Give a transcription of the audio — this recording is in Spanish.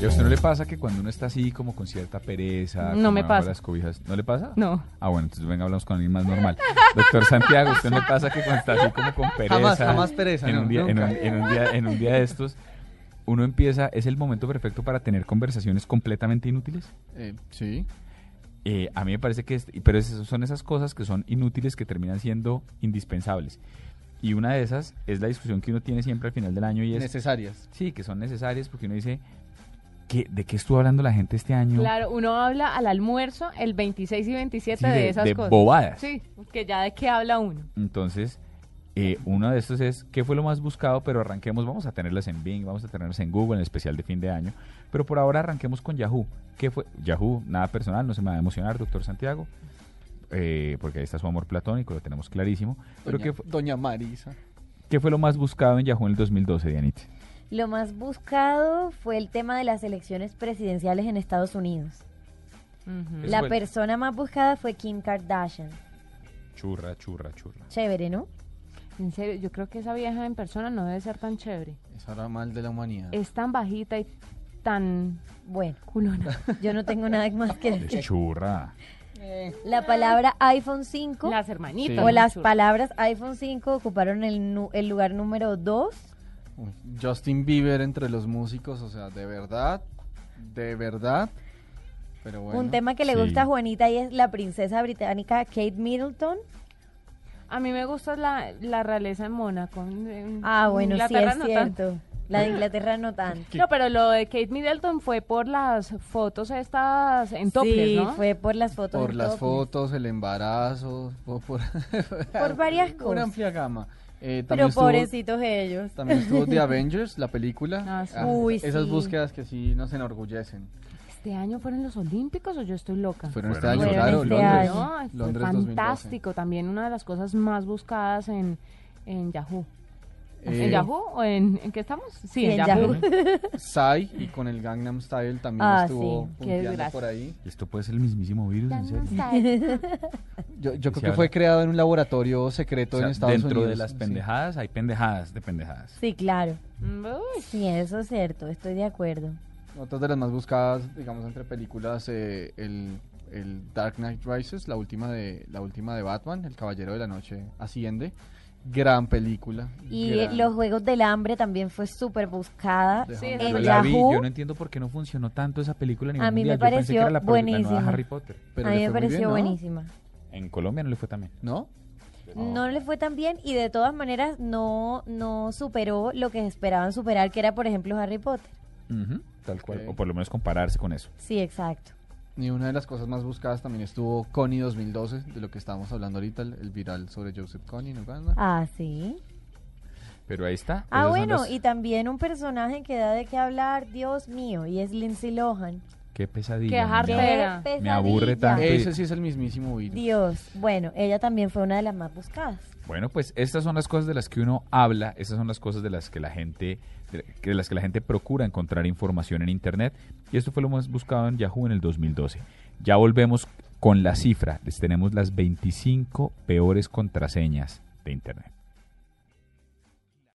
¿Y a usted no le pasa que cuando uno está así como con cierta pereza, No como me abajo de pasa. las cobijas, ¿no le pasa? No. Ah, bueno, entonces venga, hablamos con alguien más normal. Doctor Santiago, ¿usted no le pasa que cuando está así como con pereza? Jamás, jamás pereza, En, no, un día, en, un, nunca. en un día, en un día de estos, uno empieza, es el momento perfecto para tener conversaciones completamente inútiles. Eh, sí. Eh, a mí me parece que, es- pero es- son esas cosas que son inútiles que terminan siendo indispensables. Y una de esas es la discusión que uno tiene siempre al final del año y es, Necesarias. sí, que son necesarias porque uno dice, ¿qué- ¿de qué estuvo hablando la gente este año? Claro, uno habla al almuerzo el 26 y 27 Sí, de, de- esas de cosas. bobadas. Sí, que ya de qué habla uno. Entonces, eh, uno de estos es qué fue lo más buscado, pero arranquemos, vamos a tenerlas en Bing, vamos a tenerlas en Google, en el especial de fin de año, pero por ahora arranquemos con Yahoo. ¿Qué fue? Yahoo, nada personal, no se me va a emocionar, doctor Santiago, eh, porque ahí está su amor platónico, lo tenemos clarísimo. Pero Doña, ¿qué fue, Doña Marisa. qué fue lo más buscado en Yahoo en el 2012, Dianite? Lo más buscado fue el tema de las elecciones presidenciales en Estados Unidos. Ujú. Eso La fue- persona más buscada fue Kim Kardashian. Churra, churra, churra. Chévere, ¿no? En serio, yo creo que esa vieja en persona no debe ser tan chévere. Esa era mal de la humanidad. Es tan bajita y tan Bueno, culona. yo no tengo nada más que Es decir. churra. La palabra iPhone 5 Las hermanitas. o ¿no? las Churra. palabras iPhone 5 ocuparon el, nu- el lugar número 2. Uy, Justin Bieber entre los músicos, o sea, de verdad, de verdad. Pero bueno. Un tema que le Sí. gusta a Juanita y es la princesa británica Kate Middleton. A mí me gusta la, la realeza en Mónaco. en- en Ah, bueno, sí Mm, Inglaterra es no tanto. cierto. La de Inglaterra no tanto. No, pero lo de Kate Middleton fue por las fotos estas en topless, sí, ¿no? fue por las fotos. Por en las topless. fotos, el embarazo, po- por, Por varias Por cosas. amplia gama. Eh, Pero también estuvo- pobrecitos ellos. También estuvo The Avengers, la película. Ah, sí. Uy, esas sí. búsquedas que sí nos enorgullecen. ¿Este año fueron los Olímpicos o yo estoy loca? Fueron este Fueron año, este claro, año. Londres. No, fue Londres 2012. fantástico. También una de las cosas más buscadas en, en Yahoo. Eh, ¿En Yahoo o en, en qué estamos? Sí, Sí, en, en Yahoo. Psy Eh, y con el Gangnam Style también Ah, estuvo sí, qué punteando desgracia. por ahí. Esto puede ser el mismísimo virus, en serio. Yo, yo Sí, creo que ahora. fue creado en un laboratorio secreto O sea, en Estados dentro Unidos. de las Sí. pendejadas hay pendejadas de pendejadas. Sí, claro. Uy, Sí, eso es cierto, estoy de acuerdo. Otras de las más buscadas, digamos, entre películas, eh, el, el Dark Knight Rises, la última, de, la última de Batman, El Caballero de la Noche Asciende. Gran película. Y gran- los Juegos del Hambre también fue súper buscada. de Sí, Hunger esa Yo En película. la vi, Yahoo, yo no entiendo por qué no funcionó tanto esa película a nivel A mí me mundial. Yo pensé que era la, pareció pro- la nueva buenísima. Harry Potter. Pero a le mí me fue muy pareció bien, ¿no? buenísima. En Colombia no le fue tan bien. ¿No? No le fue tan bien y de todas maneras no, no superó lo que esperaban superar, que era por ejemplo Harry Potter. Ujú, tal cual. Ok. O por lo menos compararse con eso. Sí, exacto. Y una de las cosas más buscadas también estuvo Connie 2012, de lo que estábamos hablando ahorita, el, el viral sobre Joseph Connie en Uganda. Ah, sí. Pero ahí está. Pues, Ah, Esas son bueno, las- y también un personaje que da de qué hablar, Dios mío, y es Lindsay Lohan. Qué pesadilla. Qué mi harta amor. era. Qué Me aburre pesadilla. tanto. Ese sí es el mismísimo virus. Dios, bueno, ella también fue una de las más buscadas. Bueno, pues estas son las cosas de las que uno habla, estas son las cosas de las que la gente de que- de las que la gente procura encontrar información en internet y esto fue lo más buscado en Yahoo en el 2012. Ya volvemos con la cifra, les tenemos las 25 peores contraseñas de internet.